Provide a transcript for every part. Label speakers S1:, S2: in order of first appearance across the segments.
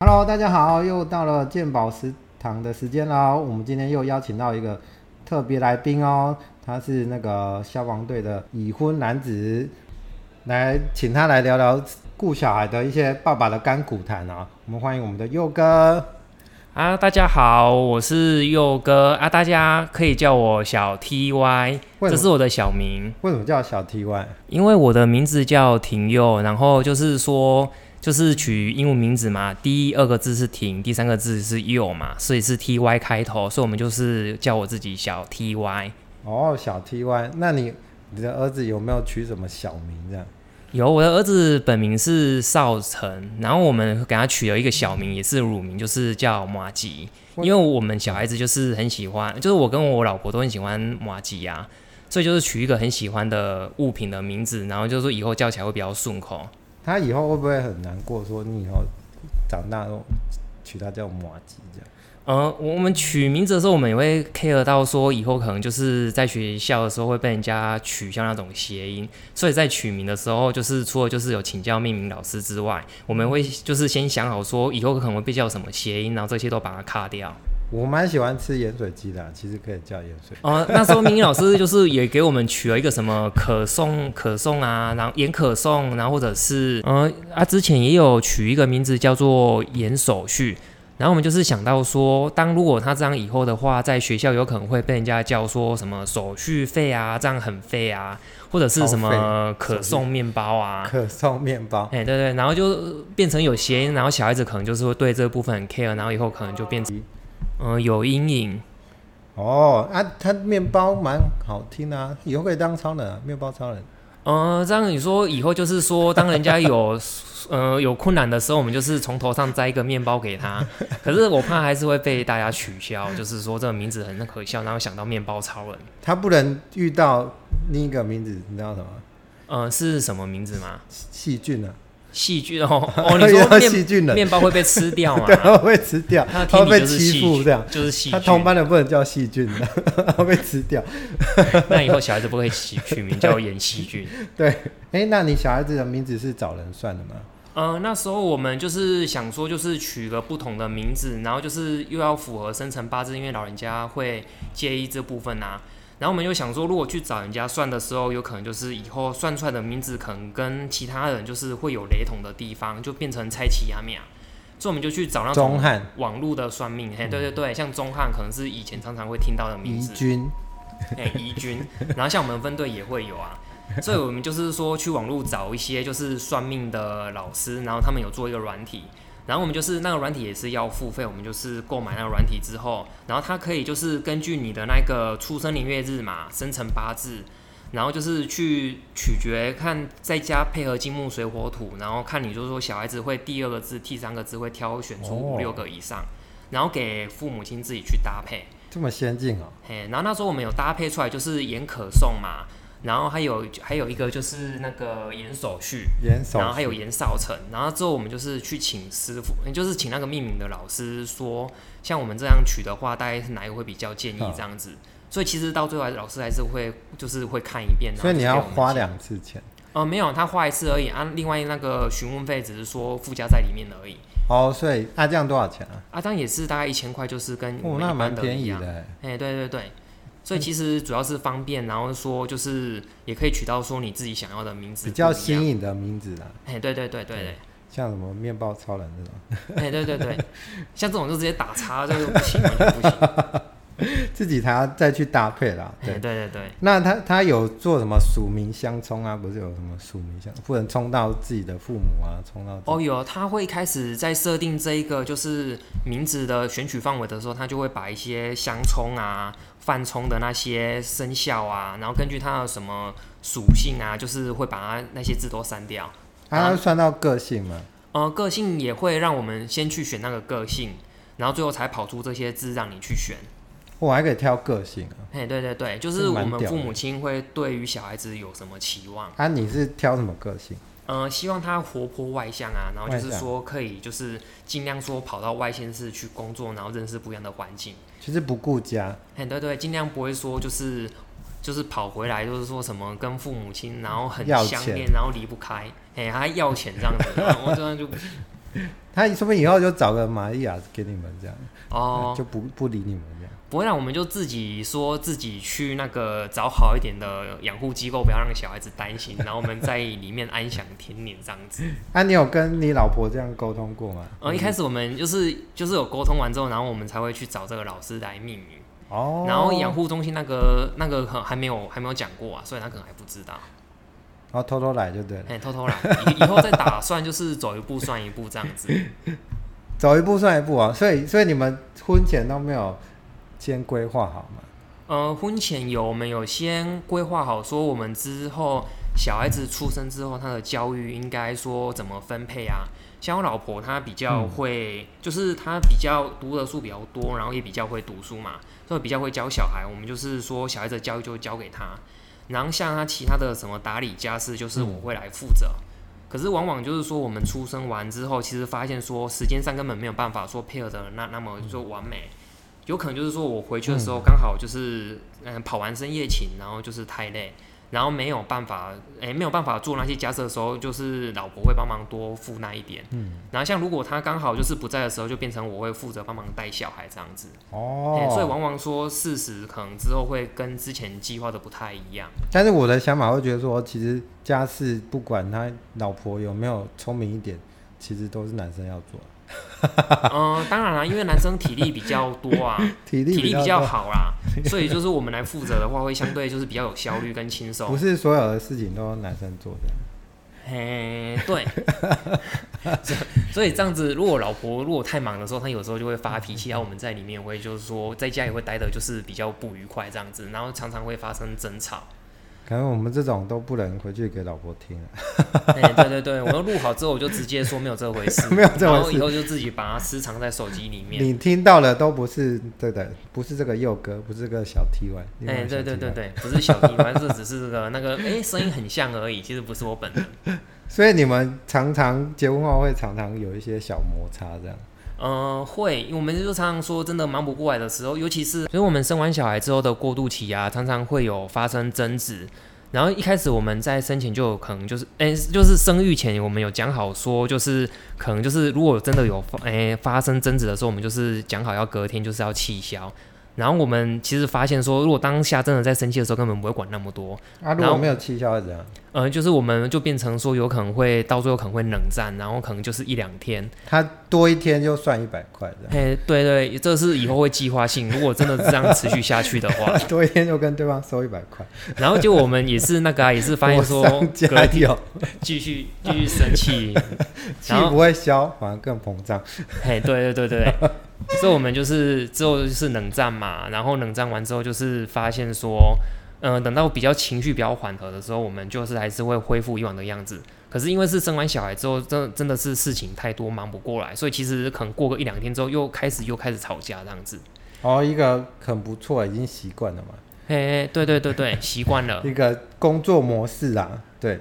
S1: Hello，大家好，又到了鉴宝食堂的时间喽。我们今天又邀请到一个特别来宾哦，他是那个消防队的已婚男子，来请他来聊聊顾小孩的一些爸爸的甘苦谈啊。我们欢迎我们的佑哥。
S2: 啊，大家好，我是佑哥啊，大家可以叫我小 T Y，
S1: 为什
S2: 这
S1: 么
S2: 是我的小名，
S1: 为什么叫小 T Y？
S2: 因为我的名字叫廷佑，然后就是说就是取英文名字嘛，第二个字是廷，第三个字是佑嘛，所以是 T Y 开头，所以我们就是叫我自己小 T Y。
S1: 哦，小 T Y，那你你的儿子有没有取什么小名这样？
S2: 有我的儿子本名是少成，然后我们给他取了一个小名，也是乳名，就是叫马吉。因为我们小孩子就是很喜欢，就是我跟我老婆都很喜欢马吉啊，所以就是取一个很喜欢的物品的名字，然后就是说以后叫起来会比较顺口。
S1: 他以后会不会很难过？说你以后长大后取他叫马吉这样？
S2: 呃，我们取名字的时候，我们也会 care 到说以后可能就是在学校的时候会被人家取笑那种谐音，所以在取名的时候，就是除了就是有请教命名老师之外，我们会就是先想好说以后可能会被叫什么谐音，然后这些都把它卡掉。
S1: 我蛮喜欢吃盐水鸡的啊、其实可以叫盐水。
S2: 哦、那时候明明老师就是也给我们取了一个什么可颂可颂啊，然后盐可颂，然后或者是嗯啊，之前也有取一个名字叫做盐手续。然后我们就是想到说，当如果他这样以后的话，在学校有可能会被人家叫说什么手续费啊，这样很费啊，或者是什么可颂面包啊，
S1: 可颂面包，
S2: 哎、对对，然后就变成有谐音，然后小孩子可能就是会对这部分很 care，然后以后可能就变成嗯、有阴影。
S1: 哦啊，它面包蛮好听啊，以后可以当超人啊，面包超人。
S2: 呃，这样你说以后就是说，当人家 有呃有困难的时候，我们就是从头上摘一个面包给他。可是我怕还是会被大家取 消，就是说这个名字很可笑，然后想到面包超人。
S1: 他不能遇到另一个名字，你知道什么？
S2: 呃，是什么名字吗？
S1: 细菌啊，
S2: 细菌 哦 哦，你
S1: 遇
S2: 说
S1: 到细
S2: 面
S1: 菌人，
S2: 面啊包会被吃掉 吗
S1: 对，？他会被吃掉，
S2: 他的
S1: 他
S2: 天
S1: 会被
S2: 敌就是
S1: 欺
S2: 细
S1: 负
S2: 菌
S1: 这样。，
S2: 就是细
S1: 他同
S2: 菌。
S1: 班的不能叫细菌的， 他被吃掉。
S2: 那以后小孩子不可以取取名叫演细菌。
S1: 哎，那你小孩子的名字是找人算的吗？
S2: 呃，那时候我们就是想说，就是取个不同的名字，然后就是又要符合生辰八字，因为老人家会介意这部分啊。然后我们又想说，如果去找人家算的时候，有可能就是以后算出来的名字可能跟其他人就是会有雷同的地方，就变成猜奇亚米亚。啊所以我们就去找那
S1: 钟
S2: 种
S1: 汉、
S2: 网络的算命，嘿，对对对，像钟汉可能是以前常常会听到的名
S1: 怡
S2: 字，
S1: 君，
S2: 哎，宜君，然后像我们分队也会有啊，所以我们就是说去网络找一些就是算命的老师，然后他们有做一个软体，然后我们就是那个软体也是要付费，我们就是购买那个软体之后，然后它可以就是根据你的那个出生年月日嘛，生辰八字。然后就是去取决看再加配合金木水火土，然后看你就是说小孩子会第二个字、第三个字会挑选出
S1: 哦
S2: 五六个以上，然后给父母亲自己去搭配。
S1: 这么先进哦。
S2: 嘿，然后那时候我们有搭配出来，就是盐可颂嘛，然后还有还有一个就是那个盐手续，
S1: 严守
S2: 然后还有盐少成，然后之后我们就是去请师傅，嗯就是请那个命名的老师说，像我们这样取的话，大概是哪一个会比较建议
S1: 嗯
S2: 这样子。所以其实到最后还是，老师还是会就是会看一遍，然后
S1: 所以
S2: 就
S1: 你
S2: 是
S1: 要
S2: 给我们
S1: 花
S2: 建议
S1: 两次钱。
S2: 呃没有，他花一次而已啊，另外那个询问费只是说附加在里面而已
S1: 哦，所以那、这样多少钱啊？
S2: 啊，当然也是大概一千块，就是跟我
S1: 哦，
S2: 们
S1: 那
S2: 嗯一般
S1: 蛮
S2: 的
S1: 便
S2: 一
S1: 宜
S2: 样
S1: 的欸。
S2: 哎、对对对，所
S1: 嗯
S2: 以其实主要是方便，然后说就是也可以取到说你自己想要的名字，
S1: 比较
S2: 新。
S1: 新颖的名字啦，
S2: 哎、对对对对对，
S1: 像什么面包超人这种，
S2: 哎、对对对，像这种就直接打叉，这就不行，完全不行。
S1: 自己还要再去搭配啦。
S2: 哎、
S1: 对，
S2: 对对对，
S1: 那他他有做什么署名相冲啊？不是有什么署名相，不能冲到自己的父母啊，冲到自己
S2: 哦有，他会开始在设定这一个就是名字的选取范围的时候，他就会把一些相冲啊、泛冲的那些生肖啊，然后根据它的什么属性啊，就是会把它那些字都删掉。
S1: 啊，他算到个性嘛。
S2: 呃，个性也会让我们先去选那个个性，然后最后才跑出这些字让你去选。
S1: 我还可以挑个性啊，
S2: 嘿，对对对，就
S1: 这
S2: 是我
S1: 蛮
S2: 们
S1: 屌
S2: 父
S1: 的
S2: 母亲会对于小孩子有什么期望？
S1: 啊，你是挑什么个性？
S2: 呃，希望他活泼外向啊，然后就
S1: 外
S2: 是
S1: 向
S2: 说可以就是尽量说跑到外县市去工作，然后认识不一样的环境。
S1: 就是不顾家，
S2: 嘿，对对，尽量不会说就是就是跑回来就是说什么跟父母亲然后很
S1: 要
S2: 相
S1: 钱
S2: 恋，然后离不开，嘿，还要钱这样子，然后我这样就不行
S1: 他说不定以后就找个玛利亚给你们这样，
S2: 哦，
S1: 就不不理你们这样。
S2: 不会啦，我们就自己说自己去那个找好一点的养护机构，不要让小孩子担心，然后我们在里面安享天年这样子。呃
S1: 啊，你有跟你老婆这样沟通过吗？
S2: 然后一开始我们就是就是有沟通完之后，然后我们才会去找这个老师来命名。
S1: 哦，
S2: 然后养护中心那个那个可还没有还没有讲过啊，所以他可能还不知道。
S1: 然后偷偷来就对了，
S2: 哎，偷偷啦，以以后再打算就是走一步算一步这样子。
S1: 走一步算一步啊。所以所以你们婚前都没有先规划好吗？
S2: 呃，婚前有我们有先规划好，说我们之后小孩子出生之后，他的教育应该说怎么分配啊？像我老婆她比较会，就是她比较读的书比较多，然后也比较会读书嘛，所以比较会教小孩。我们就是说小孩子的教育就交给她，然后像她其他的什么打理家事，就是我会来负责。可是往往就是说，我们出生完之后，其实发现说时间上根本没有办法说配合的那那么就完美，有可能就是说我回去的时候刚好就是嗯、呃跑完深夜勤，然后就是太累，然后没有办法诶、没有办法做那些家事的时候，就是老婆会帮忙多负那一点。嗯，然后像如果她刚好就是不在的时候，就变成我会负责帮忙带小孩这样子。
S1: 哦
S2: 诶，哎所以往往说事实可能之后会跟之前计划的不太一样。
S1: 但是我的想法会觉得说，其实家事不管他老婆有没有聪明一点，其实都是男生要做，
S2: 嗯、当然啦，因为男生体力比较多啊。
S1: 体力
S2: 体力比较
S1: 多，
S2: 好啦，所以就是我们来负责的话，会相对就是比较有效率跟轻
S1: 不
S2: 松。
S1: 是所有的事情都男生做的。
S2: 嘿，对，所以所以这样子，如果老婆如果太忙的时候，她有时候就会发脾气，然后我们在里面也会就是说在家也会待的就是比较不愉快这样子，然后常常会发生争吵。
S1: 可能我们这种都不能回去给老婆听啊。，
S2: 哎，对对对，我都录好之后我就直接说没有这回事
S1: 没有这回事
S2: 然后以后就自己把它私藏在手机里面。
S1: 你听到了都不是对的，不是这个佑哥，不是这个小 T Y。另外
S2: 哎，
S1: 一个小
S2: 对对
S1: TY
S2: 对。对，不是小弟，反正这只是个那个，哎，声音很像而已，其实不是我本人。
S1: 所以你们常常结婚后会常常有一些小摩擦，这样。
S2: 嗯，会，因为我们就常常说，真的忙不过来的时候，尤其是就是我们生完小孩之后的过渡期啊，常常会有发生争执。然后一开始我们在生前就有可能就是，哎、就是生育前我们有讲好说，就是可能就是如果真的有发，哎、发生争执的时候，我们就是讲好要隔天就是要气消。然后我们其实发现说，如果当下真的在生气的时候，根本不会管那么多，
S1: 啊，如
S2: 然
S1: 果
S2: 后
S1: 没有气消会怎样？
S2: 呃，就是我们就变成说有可能会到最后可能会冷战，然后可能就是一两天，
S1: 他多一天就算一百块，这样。
S2: 嘿，对对，这是以后会计划性，如果真的这样持续下去的话，
S1: 多一天就跟对方收一百块，
S2: 然后就我们也是那个、啊，也是发现说
S1: 火上
S2: 隔
S1: 加
S2: 天
S1: 油，
S2: 继续继续生气，
S1: 气
S2: 然后
S1: 不会消，反而更膨胀。
S2: 嘿，对对对对，所以我们就是之后就是冷战嘛，然后冷战完之后就是发现说，嗯、等到比较情绪比较缓和的时候，我们就是还是会恢复以往的样子。可是因为是生完小孩之后，真的真的是事情太多，忙不过来，所以其实可能过个一两天之后，又开始又开始吵架这样子。
S1: 哦，一个很不错，已经习惯了嘛，
S2: 嘿，对对对对，习惯了。
S1: 一个工作模式啊，对，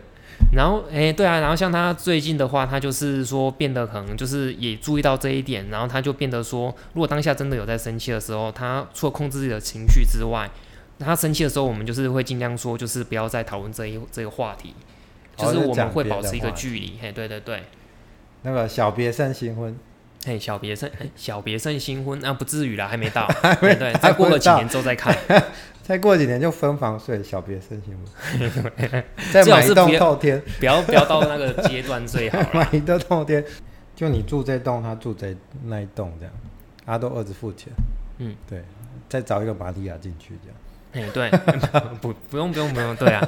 S2: 然后，哎、对啊，然后像他最近的话，他就是说变得可能就是也注意到这一点，然后他就变得说，如果当下真的有在生气的时候，他除了控制自己的情绪之外，他生气的时候，我们就是会尽量说，就是不要再讨论这一这个话题，就
S1: 哦
S2: 是
S1: 就
S2: 我们
S1: 讲
S2: 会
S1: 别
S2: 保
S1: 的
S2: 持一个
S1: 话题
S2: 距 离。嘿，对对对，
S1: 那个小别胜新婚，
S2: 嘿，小别胜，嘿小别胜新婚，啊，不至于啦，还没 到，对对，再过个几
S1: 到
S2: 年之后再看，
S1: 再过几年就分房睡，小别胜新婚， 再
S2: 最好
S1: 买
S2: 是
S1: 一
S2: 不
S1: 栋
S2: 要
S1: 透天，
S2: 不要不要到那个阶段 最好啦。
S1: 买一栋透天，就你住这栋，他住这那一栋这样，他都儿子付钱，
S2: 嗯，
S1: 对，再找一个玛利亚进去
S2: 嘿，对， 不不用不用不用，对啊，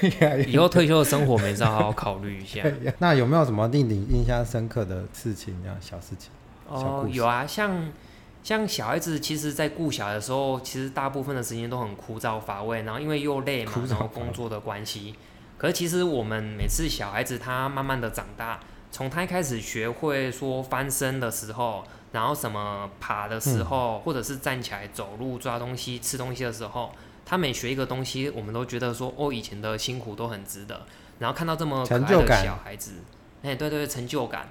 S1: 这样，
S2: 以后退休的生活，我们也是要好好考虑一下。
S1: 哎那有没有什么令你印象深刻的事情？这样小事情，小
S2: 哦
S1: 故，事
S2: 有啊，像像小孩子，其实在顾小孩的时候，其实大部分的时间都很枯燥乏味，然后因为又累嘛
S1: 枯燥，
S2: 然后
S1: 乏味
S2: 工作的关系。可是其实我们每次小孩子他慢慢的长大，从他一开始学会说翻身的时候，然后什么爬的时
S1: 嗯
S2: 候，或者是站起来走路、抓东西、吃东西的时候，他每学一个东西，我们都觉得说哦，以前的辛苦都很值得。然后看到这么可爱
S1: 成就
S2: 的
S1: 感
S2: 小孩子，哎、对对对，成就感。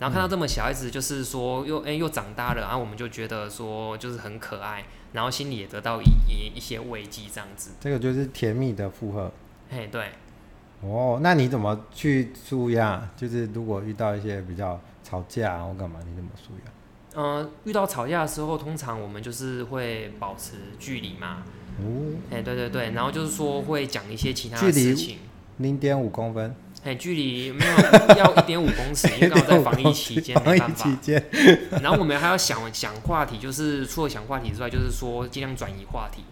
S2: 然后看到这么小孩子，就是说又哎、又长大了，然后我们就觉得说就是很可爱，然后心里也得到一一一些慰藉这样子。哎
S1: 这个就是甜蜜的负荷。
S2: 嘿，对，
S1: 哦，那你怎么去舒压？就是如果遇到一些比较吵架啊或干嘛，你怎么舒压？
S2: 嗯、遇到吵架的时候，通常我们就是会保持距离嘛，
S1: 哦，
S2: 哎、对对对，然后就是说会讲一些其他
S1: 距
S2: 的
S1: 离
S2: 事情，
S1: 零点五公分，
S2: 哎、距离没有要一点五公尺，因为刚好在防疫期 间
S1: 防
S2: 没
S1: 疫
S2: 办
S1: 期
S2: 法。
S1: 间，
S2: 然后我们还要想想话题，就是除了想话题之外，就是说尽量转移话题。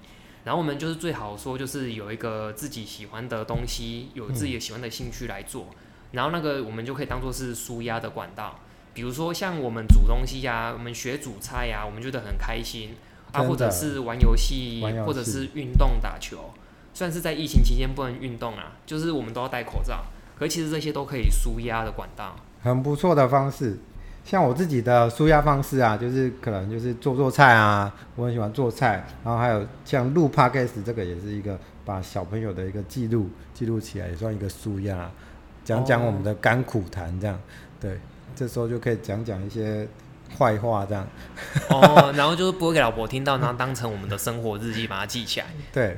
S2: 然后我们就是最好说，就是有一个自己喜欢的东西，有自己
S1: 嗯
S2: 的喜欢的兴趣来做。然后那个我们就可以当做是舒压的管道，比如说像我们煮东西呀、我们学煮菜呀、我们觉得很开心啊，
S1: 真的
S2: 或者是玩游戏
S1: 玩游，戏
S2: 或者是运动打球。虽然是在疫情期间不能运动啊，就是我们都要戴口罩，可是其实这些都可以舒压的管道。
S1: 很不错的方式。像我自己的舒压方式啊，就是可能就是做做菜啊，我很喜欢做菜，然后还有像录 podcast 这个也是一个把小朋友的一个记录记录起来，也算一个舒压，讲讲
S2: 哦
S1: 我们的甘苦谈这样。对，这时候就可以讲讲一些坏话这样。
S2: 哦，然后就是播给老婆听到，然后当成我们的生活日记把它记起来。
S1: 对，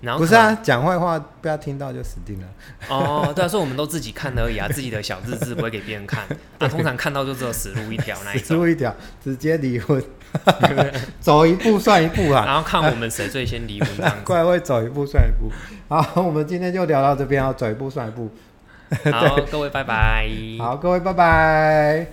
S2: 然后
S1: 不
S2: 可
S1: 是啊，讲坏话被他听到就死定了。
S2: 哦，对啊，所以我们都自己看而已啊，自己的小日志不会给别 人看。啊，通常看到就只有死路一条那一
S1: 死
S2: 种。
S1: 路一条，直接离婚， 走一步算一步啊。
S2: 然后看我们谁最先离婚这样子。
S1: 怪会走一步算一步。好，我们今天就聊到这边哦，走一步算一步。
S2: 好，各位拜拜。
S1: 好，各位拜拜。